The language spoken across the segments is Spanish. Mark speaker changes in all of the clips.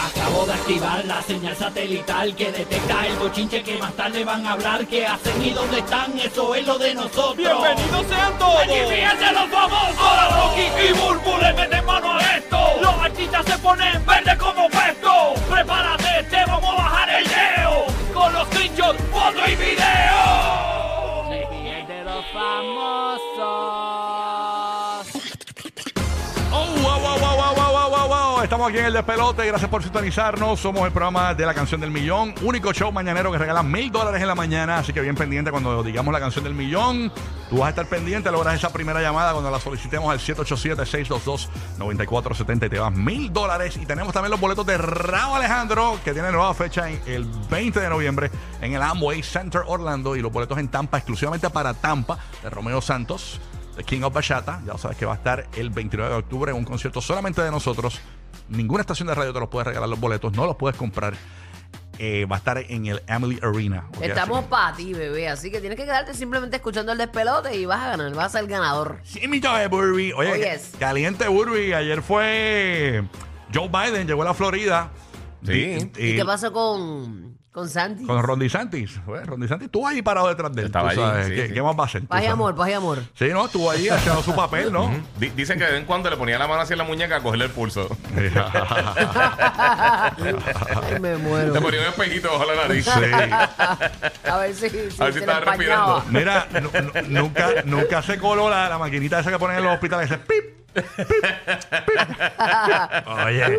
Speaker 1: Acabo de activar la señal satelital que detecta el bochinche que más tarde van a hablar. ¿Qué hacen y dónde están? Eso es lo de nosotros.
Speaker 2: ¡Bienvenidos sean todos!
Speaker 1: ¡Aquí fíjense los famosos! Ahora Rocky y Burbu le meten mano a esto. Los artistas se ponen verde como pesto. Prepárate, te vamos a bajar el leo. Con los trinchos, foto y video. de los famosos.
Speaker 2: Oh, wow, wow, wow, wow, wow, wow, wow, wow. Estamos aquí en el despelote. Gracias por sintonizarnos. Somos el programa de la canción del millón. Único show mañanero que regala mil dólares en la mañana. Así que bien pendiente cuando digamos la canción del millón. Tú vas a estar pendiente, logras esa primera llamada cuando la solicitemos al 787-622-9470 y te vas mil dólares. Y tenemos también los boletos de Raúl Alejandro, que tiene nueva fecha en el 20 de noviembre en el Amway Center Orlando. Y los boletos en Tampa, exclusivamente para Tampa, de Romeo Santos. The King of Bachata. Ya lo sabes que va a estar el 29 de octubre en un concierto solamente de nosotros. Ninguna estación de radio te los puede regalar los boletos, no los puedes comprar. Eh, va a estar en el Emily Arena. ¿ok?
Speaker 3: Estamos
Speaker 2: Así
Speaker 3: para ti, bebé. Así que tienes que quedarte simplemente escuchando el despelote y vas a ganar. Vas a ser ganador.
Speaker 2: que- Sí, mi chavo de Burby. Oye,
Speaker 3: Oh, yes.
Speaker 2: caliente Burby. Ayer fue Joe Biden, llegó a la Florida.
Speaker 4: Sí.
Speaker 2: Y- y-
Speaker 3: ¿Y qué pasó con, con Santi?
Speaker 2: Con Ron DeSantis. Bueno, Ron DeSantis estuvo ahí parado detrás de él.
Speaker 4: Estaba
Speaker 2: tú sabes.
Speaker 4: allí, sí,
Speaker 2: ¿Qué,
Speaker 4: sí.
Speaker 2: qué más va a hacer? Tú
Speaker 3: Paz y
Speaker 2: sabes.
Speaker 3: amor, paz y amor.
Speaker 2: Sí, no, estuvo ahí haciendo su papel, ¿no?
Speaker 4: Di- dicen que de vez en cuando le ponía la mano así en la muñeca a cogerle el pulso.
Speaker 3: Ay, me
Speaker 4: Le
Speaker 3: muero.
Speaker 4: ponía un espejito bajo la nariz.
Speaker 2: Sí.
Speaker 3: A ver si,
Speaker 4: A
Speaker 3: si
Speaker 4: ver si
Speaker 3: se
Speaker 4: estaba
Speaker 3: le empañaba.
Speaker 4: respirando.
Speaker 2: Mira, nu- nu- nunca, nunca se coló la, la maquinita esa que ponen en los hospitales. Ese pip, pip, pip. Oye,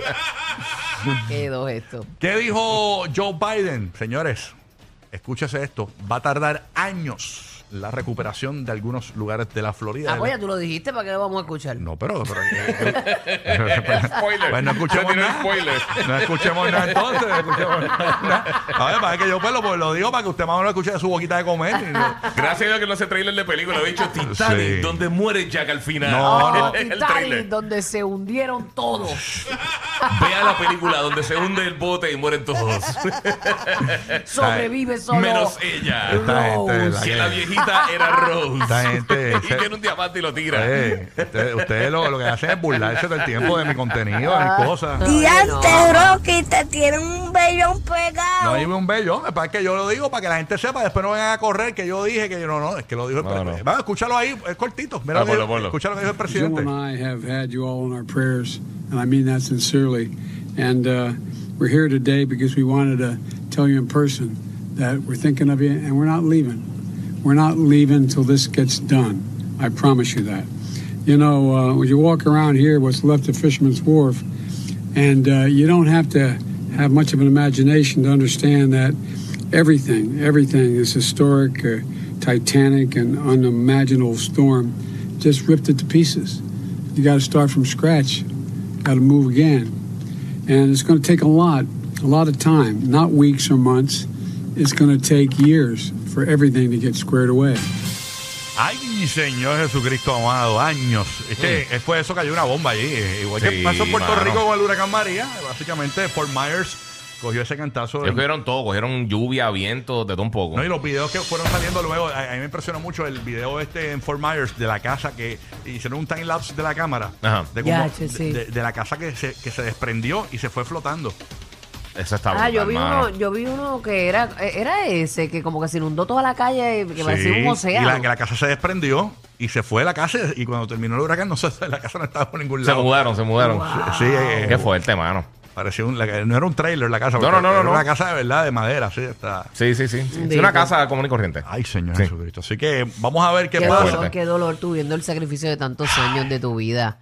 Speaker 3: Quedó esto.
Speaker 2: ¿qué dijo Joe Biden? Señores, escúchese esto. Va a tardar años la recuperación de algunos lugares de la Florida.
Speaker 3: Apoya, Ah, pues tú lo dijiste, ¿para qué lo vamos a escuchar?
Speaker 2: No, pero... eh, pero
Speaker 4: Spoiler.
Speaker 2: Pues no escuchemos
Speaker 4: Tiene un
Speaker 2: nada.
Speaker 4: spoiler.
Speaker 2: No escuchemos nada entonces. No escuchemos nada. A ver, para que yo pues, lo, pues, lo digo para que usted más o menos escuche de su boquita de comer. y no-
Speaker 4: Gracias a Dios que no hace trailer de película. He dicho Titanic,
Speaker 2: Sí.
Speaker 4: donde muere Jack al final.
Speaker 2: No, no.
Speaker 4: El
Speaker 3: Titanic,
Speaker 4: trailer.
Speaker 3: Ah, donde se hundieron todos.
Speaker 4: Vea la película donde se hunde el bote y mueren todos.
Speaker 3: Sobrevive solo.
Speaker 4: Menos ella.
Speaker 2: Esta gente, la
Speaker 4: Que
Speaker 2: que-
Speaker 4: la viejita era Rose.
Speaker 2: Esta gente-
Speaker 4: y tiene un diamante y lo tira.
Speaker 2: Ustedes ustedes lo, lo que hacen es burlarse del tiempo de mi contenido, de mis cosas.
Speaker 5: Y
Speaker 3: Ay, no.
Speaker 5: antes, Rocky, te tiene un vellón pegado.
Speaker 2: No hay un bello, es para que yo lo digo para que la gente sepa, después no vengan a correr que yo dije que yo no, no, es que lo dijo el
Speaker 4: No,
Speaker 2: presidente.
Speaker 4: no.
Speaker 2: Van, escúchalo ahí, es cortito. Mira
Speaker 4: Ah,
Speaker 2: lo que
Speaker 4: ponlo,
Speaker 2: dijo-
Speaker 4: ponlo.
Speaker 2: Escucha lo que dijo el
Speaker 6: Joe
Speaker 2: presidente.
Speaker 6: and I have had you all in our prayers, and I mean that sincerely. And uh, we're here today because we wanted to tell you in person that we're thinking of you, and we're not leaving. We're not leaving till this gets done. I promise you that. You know, uh, when you walk around here, what's left of Fisherman's Wharf, and uh, you don't have to have much of an imagination to understand that everything, everything is historic, uh, titanic, and unimaginable storm just ripped it to pieces. You got to start from scratch, got to move again. And it's going to take a lot, a lot of time, not weeks or months. It's going to take years for everything to get squared away.
Speaker 2: Ay, Señor Jesucristo amado, años. Es que fue eso cayó una bomba allí. Igual que
Speaker 4: Sí,
Speaker 2: pasó en Puerto
Speaker 4: mano.
Speaker 2: Rico con el huracán María, básicamente Fort Myers cogió ese cantazo.
Speaker 4: Ellos cogieron todo, cogieron lluvia, viento, de todo un poco.
Speaker 2: No, y los videos que fueron saliendo luego, a, a mí me impresionó mucho el video este en Fort Myers de la casa que hicieron un time lapse de la cámara.
Speaker 4: Ajá.
Speaker 2: De, cómo-
Speaker 3: Ya, che, sí.
Speaker 2: de- de la casa que se, que se desprendió y se fue flotando.
Speaker 4: Eso está
Speaker 3: Ah, yo
Speaker 4: brutal,
Speaker 3: vi,
Speaker 4: mano.
Speaker 3: uno, yo vi uno que era, era ese, que como que se inundó toda la calle, que parecía
Speaker 2: Sí.
Speaker 3: un océano.
Speaker 2: Y la, que la casa se desprendió y se fue de la casa y cuando terminó el huracán, no sé, la casa no estaba por ningún
Speaker 4: Se
Speaker 2: lado.
Speaker 4: mudaron, se mudaron.
Speaker 2: Sí, eh,
Speaker 4: Qué fuerte, mano.
Speaker 2: parecía un, la- no era un trailer la casa.
Speaker 4: No,
Speaker 2: porque
Speaker 4: no, no, no,
Speaker 2: Era
Speaker 4: no.
Speaker 2: una casa de verdad, de madera, sí, está.
Speaker 4: Sí, sí, sí. sí.
Speaker 3: Bendito.
Speaker 4: una casa común y corriente.
Speaker 2: Ay, Señor
Speaker 4: Sí.
Speaker 2: Jesucristo. Así que vamos a ver qué,
Speaker 3: Qué
Speaker 2: pasa.
Speaker 3: dolor, qué dolor tú viendo el sacrificio de tantos años de tu vida.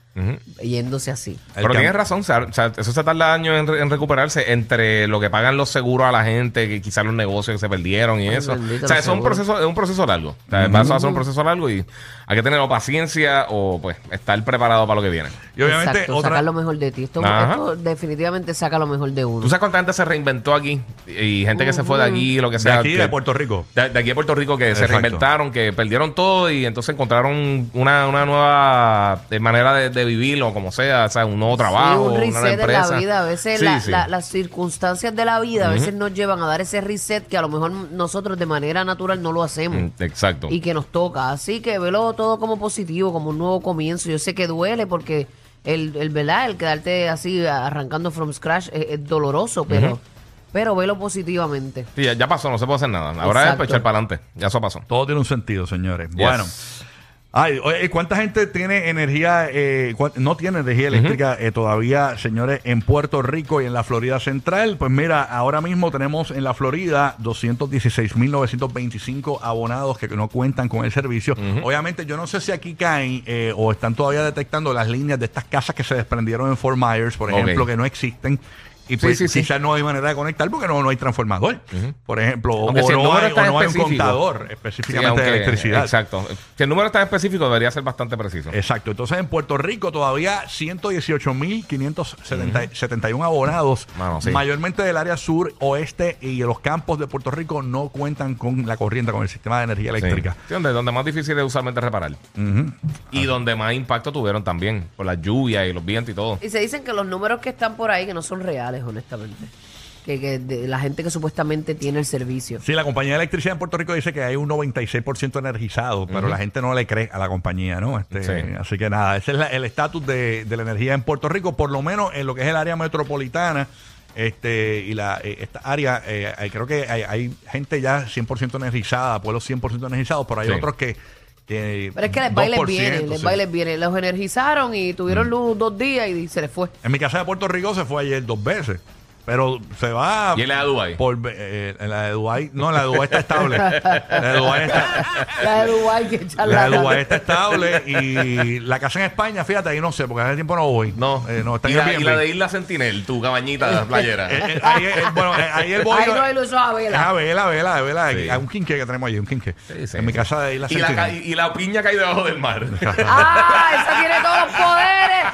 Speaker 3: yéndose así.
Speaker 2: El
Speaker 7: Pero
Speaker 2: cam-
Speaker 7: tienes razón, o sea, o sea, eso se tarda años en, re- en recuperarse entre lo que pagan los seguros a la gente, que quizás los negocios que se perdieron y eso.
Speaker 3: bendito,
Speaker 7: o sea,
Speaker 3: los
Speaker 7: eso es un
Speaker 3: seguros.
Speaker 7: proceso, es un proceso largo. O sea, va a ser un proceso largo y hay que tener o paciencia o pues estar preparado para lo que viene.
Speaker 2: Y obviamente
Speaker 3: Exacto,
Speaker 2: otra.
Speaker 3: sacar lo mejor de ti. Esto,
Speaker 7: Ajá.
Speaker 3: esto definitivamente saca lo mejor de uno.
Speaker 7: ¿Tú sabes cuánta gente se reinventó aquí? Y gente que se fue de aquí, lo que
Speaker 2: De
Speaker 7: sea.
Speaker 2: aquí,
Speaker 7: que-
Speaker 2: de Puerto Rico.
Speaker 7: De, de aquí a Puerto Rico que se
Speaker 2: Exacto.
Speaker 7: reinventaron, que perdieron todo y entonces encontraron una, una nueva eh, manera de, de vivir o como sea, o sea, un nuevo trabajo,
Speaker 3: Sí, un
Speaker 7: una nueva
Speaker 3: reset de
Speaker 7: empresa.
Speaker 3: la vida. A veces
Speaker 7: Sí,
Speaker 3: la-
Speaker 7: sí.
Speaker 3: la- las circunstancias de la vida a veces nos llevan a dar ese reset que a lo mejor nosotros de manera natural no lo hacemos.
Speaker 7: Mm, Exacto.
Speaker 3: y que nos toca. Así que velo todo como positivo, como un nuevo comienzo. Yo sé que duele porque el, el ¿verdad? El quedarte así arrancando from scratch es, es doloroso, pero, pero velo positivamente.
Speaker 7: Sí, ya, ya pasó, no se puede hacer nada.
Speaker 3: Exacto.
Speaker 7: Ahora es pues, echar para adelante. Ya eso pasó.
Speaker 2: Todo tiene un sentido, señores. Bueno. Ay, oye, ¿cuánta gente tiene energía, eh, cua- no tiene energía eléctrica eh, todavía, señores, en Puerto Rico y en la Florida Central? Pues mira, ahora mismo tenemos en la Florida 216.925 abonados que no cuentan con el servicio. Obviamente, yo no sé si aquí caen eh, o están todavía detectando las líneas de estas casas que se desprendieron en Fort Myers, por
Speaker 7: Ok.
Speaker 2: ejemplo, que no existen. Y pues
Speaker 7: sí, sí.
Speaker 2: quizás no hay manera de conectar porque no, no hay transformador, por ejemplo, o,
Speaker 7: Aunque si el
Speaker 2: no
Speaker 7: número
Speaker 2: hay,
Speaker 7: está
Speaker 2: o no hay un
Speaker 7: específico.
Speaker 2: contador
Speaker 7: Sí,
Speaker 2: específicamente de
Speaker 7: aunque-
Speaker 2: electricidad. Eh,
Speaker 7: Exacto. Si el número está específico, debería ser bastante preciso.
Speaker 2: Exacto. Entonces en Puerto Rico todavía 118.571 abonados,
Speaker 7: Mano, sí.
Speaker 2: mayormente del área sur, oeste y los campos de Puerto Rico no cuentan con la corriente, con el sistema de energía
Speaker 7: Sí.
Speaker 2: eléctrica.
Speaker 7: Sí, donde, donde más difícil es usualmente reparar. Y donde más impacto tuvieron también, por las lluvias y los vientos y todo.
Speaker 3: Y se dicen que los números que están por ahí que no son reales, honestamente. Que, que de la gente que supuestamente tiene el servicio.
Speaker 2: Sí, la compañía de electricidad en Puerto Rico dice que hay un 96% energizado, pero la gente no le cree a la compañía, ¿no? Este,
Speaker 7: Sí.
Speaker 2: Así que nada, ese es la- el estatus de, de la energía en Puerto Rico, por lo menos en lo que es el área metropolitana. Este, y la, eh, esta área, eh, hay- creo que hay, hay gente ya 100% energizada, pueblos 100% energizados, pero hay
Speaker 7: Sí.
Speaker 2: otros que... que
Speaker 3: Pero es que les va y les
Speaker 2: 2%,
Speaker 3: viene, les
Speaker 2: sí. Mm.
Speaker 3: va y les viene. Los energizaron y tuvieron luz dos días y se les fue.
Speaker 2: En mi casa de Puerto Rico se fue ayer dos veces. Pero se va.
Speaker 7: ¿Y en la de Dubái?
Speaker 2: Por, eh, en la de Dubái. No, la de Dubái está estable. la de Dubái está.
Speaker 3: La de Dubái que charla.
Speaker 2: La de Dubái está estable. Y la casa en España, fíjate, ahí no sé, porque hace tiempo no voy.
Speaker 7: No,
Speaker 2: Eh, no está
Speaker 7: y,
Speaker 2: en
Speaker 7: la, y
Speaker 2: Airbnb.
Speaker 7: la de Isla Sentinel, tu cabañita de playera.
Speaker 2: Eh, eh, ahí, eh, bueno, eh, ahí el boy.
Speaker 3: Ahí no hay luz a
Speaker 2: Es
Speaker 3: vela.
Speaker 2: a vela, vela, vela.
Speaker 7: Sí.
Speaker 2: Hay un quinque que tenemos allí, un quinque.
Speaker 7: Sí, sí,
Speaker 2: en mi
Speaker 7: sí.
Speaker 2: casa de Isla
Speaker 7: y, la,
Speaker 2: Sentinel.
Speaker 7: ca- y la piña cae debajo del mar.
Speaker 3: ¡Ah! Esa tiene todos los poderes.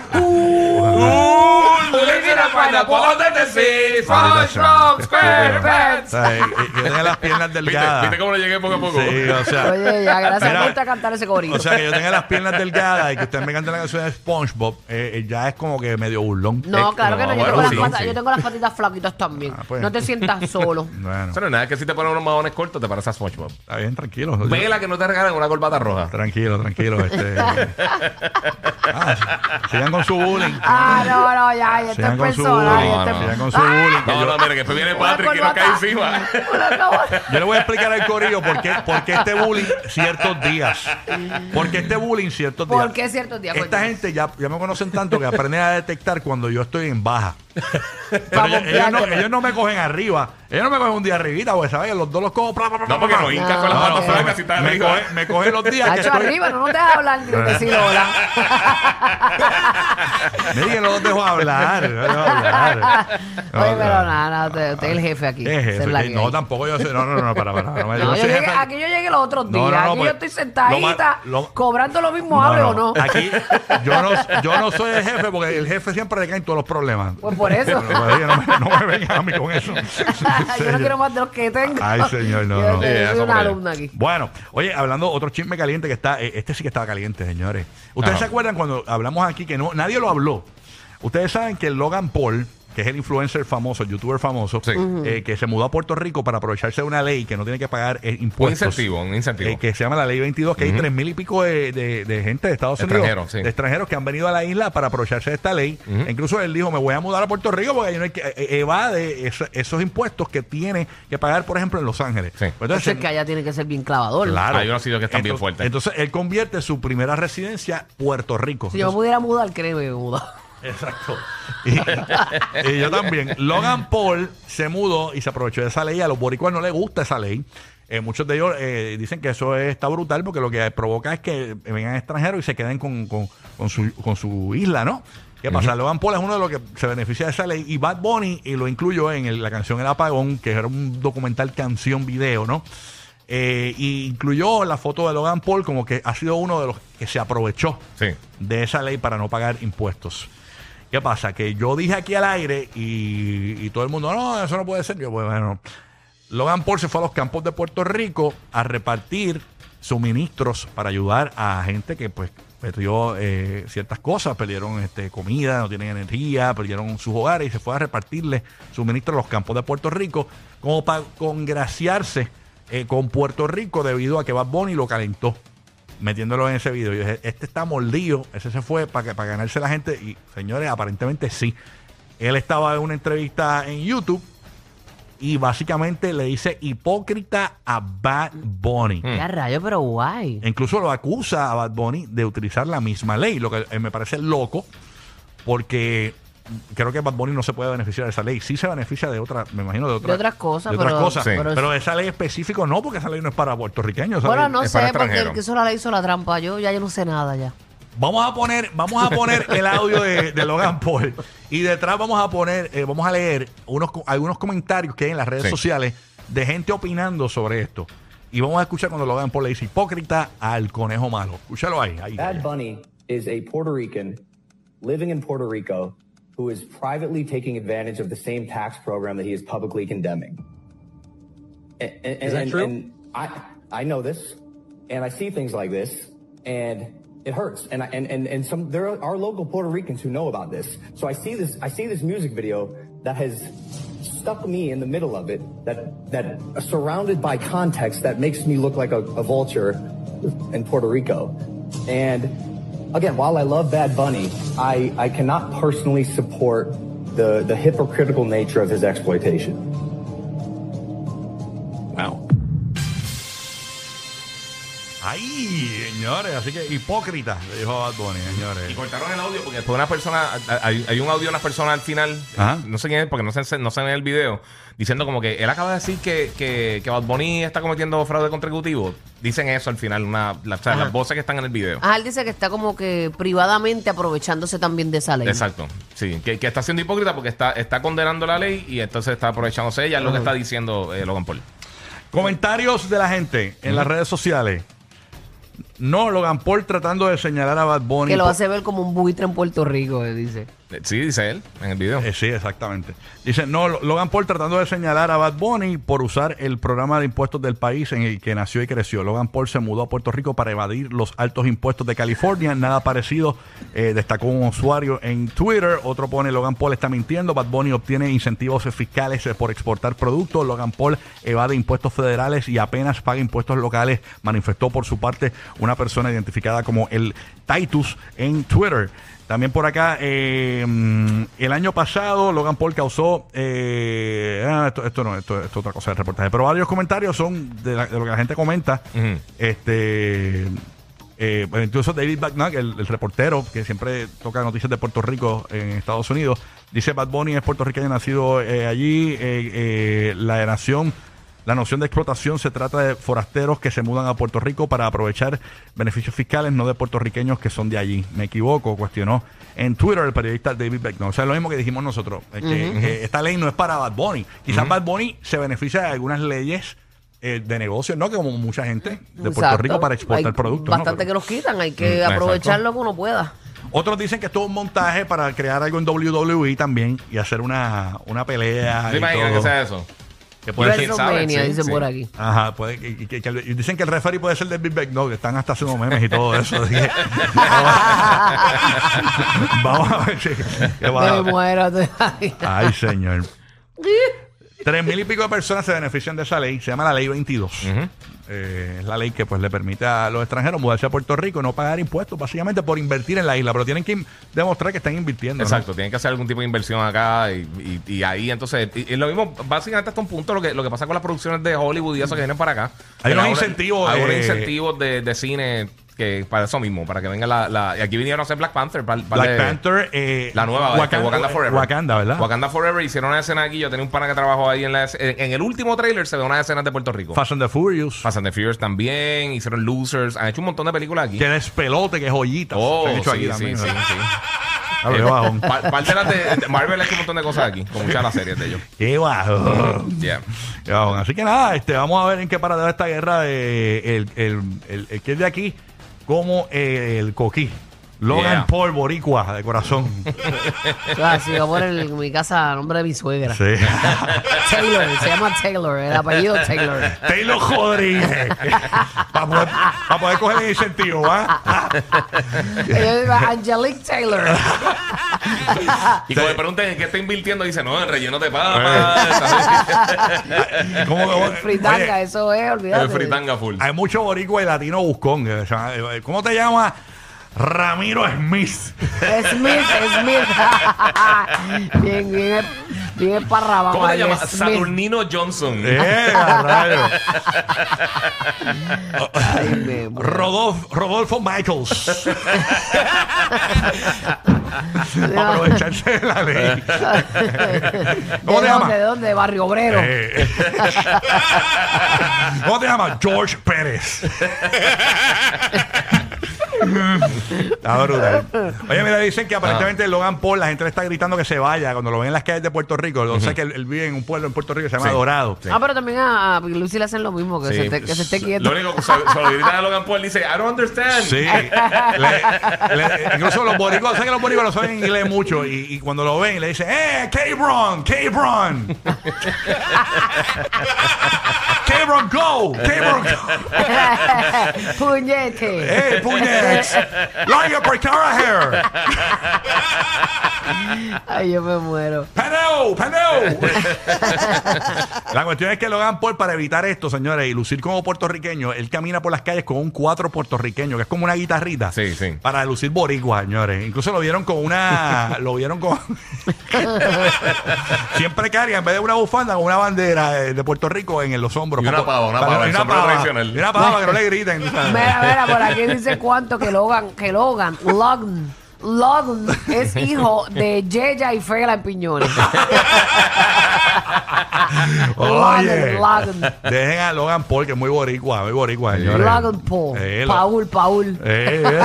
Speaker 7: ¡Uh! living in a pineapple under the sea, far from square
Speaker 2: O
Speaker 7: pants.
Speaker 2: sea, eh, eh, que tiene las piernas
Speaker 7: ¿Viste,
Speaker 2: delgadas.
Speaker 7: ¿Viste cómo lo llegué poco a poco?
Speaker 2: Sí, o sea.
Speaker 3: Oye, ya, gracias.
Speaker 2: Mira,
Speaker 3: Me gusta cantar ese corito.
Speaker 2: O sea, que yo tenga las piernas delgadas y que usted me cante la canción de SpongeBob, eh, eh, ya es como que medio burlón. Eh,
Speaker 3: no,
Speaker 7: es-
Speaker 3: claro que no.
Speaker 7: no,
Speaker 3: yo, tengo
Speaker 7: bueno,
Speaker 3: las
Speaker 7: sí,
Speaker 3: patas,
Speaker 7: sí.
Speaker 3: yo tengo las patitas flaquitas también.
Speaker 2: Ah, pues.
Speaker 3: No te sientas solo.
Speaker 2: Bueno,
Speaker 7: Eso no es nada, es que si te ponen unos madones cortos te pareces a SpongeBob.
Speaker 2: está bien, tranquilo. Yo-
Speaker 7: Vela que no te regalen una corbata roja.
Speaker 2: Tranquilo, tranquilo. Este, Ah, sigan con su bullying.
Speaker 3: ah, no, no, ya. ya esto
Speaker 2: Sigan
Speaker 3: es
Speaker 2: con su
Speaker 3: personal.
Speaker 2: bullying.
Speaker 7: no,
Speaker 3: esto es- Ah,
Speaker 7: no.
Speaker 2: Sigan con su bullying. que
Speaker 7: No,
Speaker 2: yo-
Speaker 7: no, mire, que después viene
Speaker 3: Una
Speaker 7: Patrick y nos cae
Speaker 3: corbata.
Speaker 7: encima.
Speaker 3: Una corbata.
Speaker 2: Yo le voy a explicar al corillo por qué, por qué este bullying ciertos días. Por qué este bullying ciertos días.
Speaker 3: ¿Por qué ciertos días?
Speaker 2: Esta
Speaker 3: Cuéntame.
Speaker 2: gente ya, ya me conocen tanto que aprenden a detectar cuando yo estoy en baja. Pero
Speaker 3: Vamos,
Speaker 2: ellos, ellos no,
Speaker 3: fíjate.
Speaker 2: ellos no me cogen arriba. Ellos no me cogen un día arribita, porque saben que los dos los cojo. pra, pra, pra,
Speaker 7: No, porque
Speaker 2: pra,
Speaker 7: no
Speaker 2: pra.
Speaker 7: hincas con las
Speaker 2: No,
Speaker 7: manos
Speaker 2: no,
Speaker 7: flacas si estás
Speaker 2: me,
Speaker 7: arriba.
Speaker 2: coge, me coge los días que
Speaker 3: Tacho,
Speaker 2: estoy.
Speaker 3: arriba, no, no te dejas hablar ni de decir hola.
Speaker 2: Mira que no los dejo hablar. No, dejo hablar.
Speaker 3: Oye,
Speaker 2: No,
Speaker 3: pero
Speaker 2: no.
Speaker 3: nada, nada, usted- usted es el jefe aquí.
Speaker 2: ¿Qué es
Speaker 3: esa
Speaker 2: eso?
Speaker 3: la
Speaker 2: ¿Qué?
Speaker 3: que
Speaker 2: No,
Speaker 3: hay.
Speaker 2: tampoco yo soy. No, no, no, para, para. No,
Speaker 3: No,
Speaker 2: no
Speaker 3: yo
Speaker 2: soy
Speaker 3: llegué-
Speaker 2: jefe.
Speaker 3: aquí yo llegué los otros días.
Speaker 2: No, no, no,
Speaker 3: aquí
Speaker 2: pues-
Speaker 3: yo estoy sentadita,
Speaker 2: No, no, lo-
Speaker 3: cobrando lo mismo, hable o no.
Speaker 2: Aquí yo no, yo no soy el jefe porque el jefe siempre le caen todos los problemas.
Speaker 3: Pues por eso.
Speaker 2: Pero, pero, no, me, no me vengan a mí con eso.
Speaker 3: yo no quiero más de los que tengo.
Speaker 2: Ay, señor, no,
Speaker 3: Yo-
Speaker 2: no.
Speaker 3: yo
Speaker 7: Eh,
Speaker 3: soy
Speaker 7: eso
Speaker 3: una
Speaker 7: por ahí.
Speaker 3: alumna aquí.
Speaker 2: Bueno, oye, hablando otro chisme caliente que está, eh, este sí que estaba caliente, señores. Ustedes
Speaker 7: Ajá.
Speaker 2: se acuerdan cuando hablamos aquí que no, nadie lo habló. Ustedes saben que Logan Paul, que es el influencer famoso, el youtuber famoso,
Speaker 7: Sí.
Speaker 2: eh, que se mudó a Puerto Rico para aprovecharse de una ley que no tiene que pagar eh,
Speaker 7: Un
Speaker 2: impuestos.
Speaker 7: incentivo, un incentivo.
Speaker 2: eh, que se llama la ley 22, que hay tres mil y pico de, de- de gente de Estados Unidos,
Speaker 7: Extranjeros, sí.
Speaker 2: de extranjeros que han venido a la isla para aprovecharse de esta ley. E Incluso él dijo, me voy a mudar a Puerto Rico porque ahí no hay que, eh, eh, evade eso- esos impuestos que tiene que pagar, por ejemplo, en Los Ángeles.
Speaker 7: Sí.
Speaker 2: Pues
Speaker 3: Entonces, que allá tiene que ser bien clavador.
Speaker 2: Claro.
Speaker 7: Hay unos sitios que están bien
Speaker 2: Entonces-
Speaker 7: fuertes.
Speaker 2: Entonces, él convierte su primera residencia Puerto Rico.
Speaker 3: Si yo me
Speaker 2: Entonces-
Speaker 3: pudiera mudar, créeme, me mudo.
Speaker 2: exacto. Y, y yo también. Logan Paul se mudó y se aprovechó de esa ley. A los boricuas no les gusta esa ley. Eh, muchos de ellos eh, dicen que eso es- está brutal porque lo que provoca es que vengan extranjeros y se queden con, con- con su, con su isla, ¿no? ¿Qué pasa? Logan Paul es uno de los que se beneficia de esa ley y Bad Bunny, y lo incluyo en el- la canción El Apagón, que era un documental canción video, ¿no? Eh, y incluyó la foto de Logan Paul como que ha sido uno de los que se aprovechó
Speaker 7: Sí.
Speaker 2: de esa ley para no pagar impuestos. ¿Qué pasa? Que yo dije aquí al aire y, y todo el mundo, no, eso no puede ser. Yo, bueno, Logan Paul se fue a los campos de Puerto Rico a repartir suministros para ayudar a gente que pues perdió eh, ciertas cosas, perdieron este, comida, no tienen energía, perdieron sus hogares y se fue a repartirle suministros a los campos de Puerto Rico como para congraciarse eh, con Puerto Rico debido a que Bad Bunny lo calentó metiéndolo en ese video. Yo dije, este está mordido, ese se fue para, que, para ganarse la gente. Y señores, aparentemente sí. Él estaba en una entrevista en YouTube y básicamente le dice hipócrita a Bad Bunny.
Speaker 3: Ya rayo, pero guay.
Speaker 2: E Incluso lo acusa a Bad Bunny de utilizar la misma ley, lo que eh, me parece loco, porque creo que Bad Bunny no se puede beneficiar de esa ley. Sí se beneficia de otra, me imagino, de, otra-
Speaker 3: De otras cosas,
Speaker 2: de otras
Speaker 3: pero-
Speaker 2: cosas.
Speaker 7: Sí.
Speaker 2: pero, esa ley específica no, porque esa ley no es para puertorriqueños. esa
Speaker 3: Bueno,
Speaker 2: ley-
Speaker 3: no
Speaker 7: es
Speaker 3: sé,
Speaker 7: para
Speaker 3: porque
Speaker 7: extranjeros.
Speaker 3: el que hizo la ley hizo la trampa. Yo ya yo no sé nada ya.
Speaker 2: Vamos a poner, vamos a poner el audio de, de Logan Paul y detrás vamos a poner, eh, vamos a leer unos co- algunos comentarios que hay en las redes
Speaker 7: Sí.
Speaker 2: sociales de gente opinando sobre esto. Y vamos a escuchar cuando Logan Paul le dice hipócrita al conejo malo. Escúchalo ahí, ahí.
Speaker 8: Bad Bunny is a Puerto Rican living in Puerto Rico who is privately taking advantage of the same tax program that he is publicly condemning. And, and-
Speaker 9: Is that
Speaker 8: and-
Speaker 9: true?
Speaker 8: and I I know this, and I see things like this, and it hurts. And I, and and and some there are local Puerto Ricans who know about this. So I see this I see this music video that has stuck me in the middle of it that that surrounded by context that makes me look like a, a vulture in Puerto Rico, and again, while I love Bad Bunny, I, I cannot personally support the, the hypocritical nature of his exploitation.
Speaker 2: Wow. Ahí, señores. Así que hipócrita, le dijo Bad Bunny, señores.
Speaker 7: Y cortaron el audio porque después una persona, hay, hay un audio de una persona al final, eh,
Speaker 2: Ajá.
Speaker 7: no sé quién es porque no se, no se ve en el video, diciendo como que él acaba de decir que, que, que Bad Bunny está cometiendo fraude contributivo. Dicen eso al final, una, la- o sea, las voces que están en el video.
Speaker 3: Ah, él dice que está como que privadamente aprovechándose también de esa ley.
Speaker 7: Exacto, sí, que, que está siendo hipócrita porque está, está condenando la ley y entonces está aprovechándose ella, es lo que está diciendo eh, Logan Paul.
Speaker 2: Comentarios de la gente en las redes sociales. No, Logan Paul tratando de señalar a Bad Bunny.
Speaker 3: Que lo
Speaker 2: por-
Speaker 3: hace ver como un buitre en Puerto Rico, eh, dice.
Speaker 7: Eh, Sí, dice él en el video.
Speaker 2: Eh, sí, exactamente. Dice, no, Lo- Logan Paul tratando de señalar a Bad Bunny por usar el programa de impuestos del país en el que nació y creció. Logan Paul se mudó a Puerto Rico para evadir los altos impuestos de California. Nada parecido, eh, destacó un usuario en Twitter. Otro pone, Logan Paul está mintiendo. Bad Bunny obtiene incentivos fiscales eh, por exportar productos. Logan Paul evade impuestos federales y apenas paga impuestos locales. Manifestó por su parte una persona identificada como el Titus en Twitter. También por acá, eh, mm, el año pasado Logan Paul causó, eh, ah, esto, esto no, esto, esto es otra cosa del reportaje, pero varios comentarios son de, la- de lo que la gente comenta.
Speaker 7: Ujú.
Speaker 2: Este, eh, bueno, incluso David Bagnack, el, el reportero que siempre toca noticias de Puerto Rico en Estados Unidos, dice Bad Bunny es puertorriqueño nacido eh, allí, eh, eh, la nación... La noción de explotación se trata de forasteros que se mudan a Puerto Rico para aprovechar beneficios fiscales, no de puertorriqueños que son de allí. Me equivoco, cuestionó en Twitter el periodista David Becknor. O sea, lo mismo que dijimos nosotros, eh, que, que esta ley no es para Bad Bunny. Quizás Bad Bunny se beneficia de algunas leyes eh, de negocios, ¿no? Que como mucha gente de Puerto
Speaker 3: Exacto.
Speaker 2: Rico para exportar
Speaker 3: Hay
Speaker 2: productos. ¿no?
Speaker 3: Bastante
Speaker 2: Pero-
Speaker 3: que los quitan, hay
Speaker 7: Mm,
Speaker 3: que
Speaker 7: exacto.
Speaker 3: aprovecharlo como uno pueda.
Speaker 2: Otros dicen que esto es un montaje para crear algo en WWE también y hacer una, una pelea.
Speaker 7: ¿Te
Speaker 2: y
Speaker 7: imaginas
Speaker 2: todo.
Speaker 7: que sea eso?
Speaker 2: Que puede ser-
Speaker 3: WrestleMania,
Speaker 7: Pues sí,
Speaker 3: dicen
Speaker 7: sí.
Speaker 3: por aquí.
Speaker 2: Ajá, puede, que- que- que- que- dicen que el referee puede ser David Beck, no, que están hasta haciendo memes y todo eso. así que- vamos a ver si. qué va.
Speaker 3: Me muero. te-
Speaker 2: Ay, señor. Tres mil y pico de personas se benefician de esa ley. Se llama la Ley 22. Eh, es la ley que pues le permite a los extranjeros mudarse a Puerto Rico y no pagar impuestos, básicamente por invertir en la isla. Pero tienen que im- demostrar que están invirtiendo. ¿no?
Speaker 7: Exacto, tienen que hacer algún tipo de inversión acá y, y- y ahí entonces, y, y lo mismo, básicamente hasta un punto lo que, lo que pasa con las producciones de Hollywood y eso que vienen para acá.
Speaker 2: Hay
Speaker 7: Que
Speaker 2: unos
Speaker 7: ahora-
Speaker 2: incentivos,
Speaker 7: Hay unos
Speaker 2: eh,
Speaker 7: incentivos de, de cine que para eso mismo, para que venga la. la- y aquí vinieron a hacer Black Panther. pal- pal
Speaker 2: Black
Speaker 7: de-
Speaker 2: Panther, eh,
Speaker 7: La nueva, este,
Speaker 2: Wakanda-
Speaker 7: Wakanda, Forever.
Speaker 2: Wakanda, ¿verdad?
Speaker 7: Wakanda Forever. Hicieron una escena aquí. Yo tenía un pana que trabajó ahí en la. es- En, en el último trailer se ve una escena de Puerto Rico.
Speaker 2: Fast and the Furious.
Speaker 7: Fast and the Furious también. Hicieron Losers. Han hecho un montón de películas aquí.
Speaker 2: Que despelote, que joyitas.
Speaker 7: Oh,
Speaker 2: se han hecho
Speaker 7: sí,
Speaker 2: aquí
Speaker 7: sí,
Speaker 2: también,
Speaker 7: sí,
Speaker 2: ¿verdad?
Speaker 7: sí.
Speaker 2: Ah, pero
Speaker 7: Eh,
Speaker 2: qué bajón.
Speaker 7: pa- Parte de las de, de Marvel ha hecho un montón de cosas aquí, con muchas de las series de ellos.
Speaker 2: Qué bajón.
Speaker 7: Yeah.
Speaker 2: Qué bajón. Así que nada, este, vamos a ver en qué parada esta guerra de el, el, el- el que es de aquí, como el coquí. Logan
Speaker 7: Yeah.
Speaker 2: Paul Boricua, de corazón.
Speaker 3: Ah, sí, voy a poner en mi casa a nombre de mi suegra.
Speaker 2: Sí.
Speaker 3: Taylor, se llama Taylor, el apellido Taylor.
Speaker 2: Taylor Rodríguez. Para poder, pa' poder coger el incentivo, ¿va?
Speaker 3: Ella se llama Angelique Taylor.
Speaker 7: Y cuando le preguntan en qué está invirtiendo, dice, no, en relleno de
Speaker 2: Eh.
Speaker 7: papas.
Speaker 2: ¿Cómo que vos-
Speaker 3: Fritanga,
Speaker 2: Oye,
Speaker 3: eso es, olvídate.
Speaker 7: el fritanga full.
Speaker 2: hay mucho boricua y latino buscón. que se llama- eh, ¿Cómo te llamas? Ramiro Smith.
Speaker 3: Smith, Smith. bien, bien, bien esparraba.
Speaker 7: ¿Cómo le llamas?
Speaker 3: Smith.
Speaker 7: Saturnino Johnson.
Speaker 2: Eh, rayo.
Speaker 3: Ay, me muero.
Speaker 2: Rodolfo, Rodolfo Michaels. Para aprovecharse de la ley. ¿Cómo te
Speaker 3: ¿De dónde? ¿De
Speaker 2: llamas?
Speaker 3: dónde? Barrio Obrero.
Speaker 2: Eh. ¿Cómo te llamas? George Pérez. Está brutal. Oye, mira, dicen que
Speaker 7: Ah.
Speaker 2: aparentemente Logan Paul, la gente le está gritando que se vaya cuando lo ven en las calles de Puerto Rico. Lo sé que él, él vive en un pueblo en Puerto Rico que se llama
Speaker 7: Sí.
Speaker 2: Dorado.
Speaker 3: Ah, pero también a, a Lucy le hacen lo mismo, que,
Speaker 7: Sí.
Speaker 3: se, te- que se esté
Speaker 7: Lo
Speaker 3: quieto.
Speaker 7: único que se, se lo grita a Logan Paul dice, I don't understand.
Speaker 2: Sí. Le- le- incluso los boricuas, sé que los boricuas lo saben inglés mucho y, y cuando lo ven le dicen, ¡eh, Cabron! ¡Cabron! ¡Cabron, go! ¡Cabron, go!
Speaker 3: Puñete.
Speaker 2: ¡Eh, puñex! ¡Lion por cara hair!
Speaker 3: Ay, yo me muero.
Speaker 2: ¡Paneo! ¡Paneo! La cuestión es que Logan Paul, para evitar esto, señores, y lucir como puertorriqueño, él camina por las calles con un cuatro puertorriqueño, que es como una guitarrita.
Speaker 7: Sí, sí.
Speaker 2: Para lucir boricua, señores. Incluso lo vieron con una. lo vieron con. Siempre carga, en vez de una bufanda, con una bandera eh, de, de Puerto Rico en, los hombros.
Speaker 4: Y una
Speaker 2: Para-
Speaker 4: pava, una
Speaker 2: para-
Speaker 4: pava,
Speaker 2: y
Speaker 4: el
Speaker 2: una
Speaker 4: sombrero
Speaker 2: pava.
Speaker 4: tradicional.
Speaker 2: Y una pava que no le griten. tú sabes.
Speaker 3: Mira, mira, por aquí dice cuánto que Logan, que Logan, Logan, Logan es hijo de Yeya y Fela en Piñones.
Speaker 2: Oye,
Speaker 3: Logan, Logan.
Speaker 2: dejen a Logan Paul, que es muy boricua, muy boricua, señores.
Speaker 3: Logan Paul,
Speaker 2: Eh, lo-
Speaker 3: Paul, Paul.
Speaker 2: Eh, eh.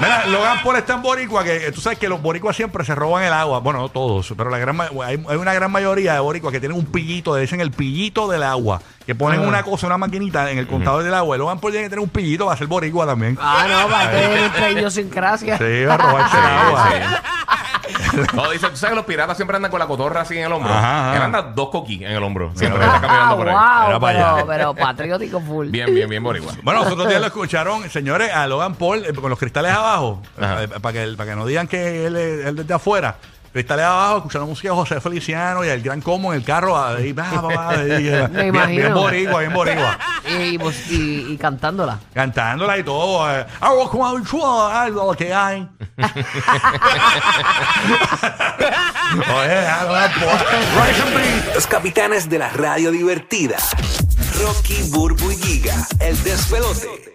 Speaker 2: Mira, Logan Paul es tan boricua que eh, tú sabes que los boricuas siempre se roban el agua. Bueno, no todos, pero la gran ma- hay, hay una gran mayoría de boricuas que tienen un pillito, le dicen el pillito del agua, que ponen una cosa, una maquinita en el contador del agua. Y Logan Paul tiene que tener un pillito para ser boricua también.
Speaker 3: Ah, no, para que nuestra idiosincrasia.
Speaker 2: Sí, va a robarse el agua.
Speaker 7: No, dice, tú sabes que los piratas siempre andan con la cotorra así en el hombro.
Speaker 2: Ajá, ajá.
Speaker 7: Él anda dos coquí en el hombro. Siempre
Speaker 2: Mira,
Speaker 7: está caminando por ahí.
Speaker 3: Ah,
Speaker 2: Era
Speaker 3: wow,
Speaker 2: para allá.
Speaker 3: pero, pero patriótico full.
Speaker 7: Bien, bien, bien, boricua.
Speaker 2: Bueno, nosotros días lo escucharon, señores, a Logan Paul eh, con los cristales abajo, eh, para que, para que no digan que él, es- él es de afuera. Cristales abajo, escucharon música de José Feliciano y el gran combo en el carro. ahí, bah, bah, bah, ahí, eh, bien,
Speaker 3: imagino.
Speaker 2: bien boricua, bien boricua.
Speaker 3: Y, pues, y- y cantándola.
Speaker 2: Cantándola y todo. eh, I walk around with you, I know what they are. Oye, a Logan Paul. Rise and beat.
Speaker 9: Los capitanes de la radio divertida. Rocky, Burbu y Giga. El despelote.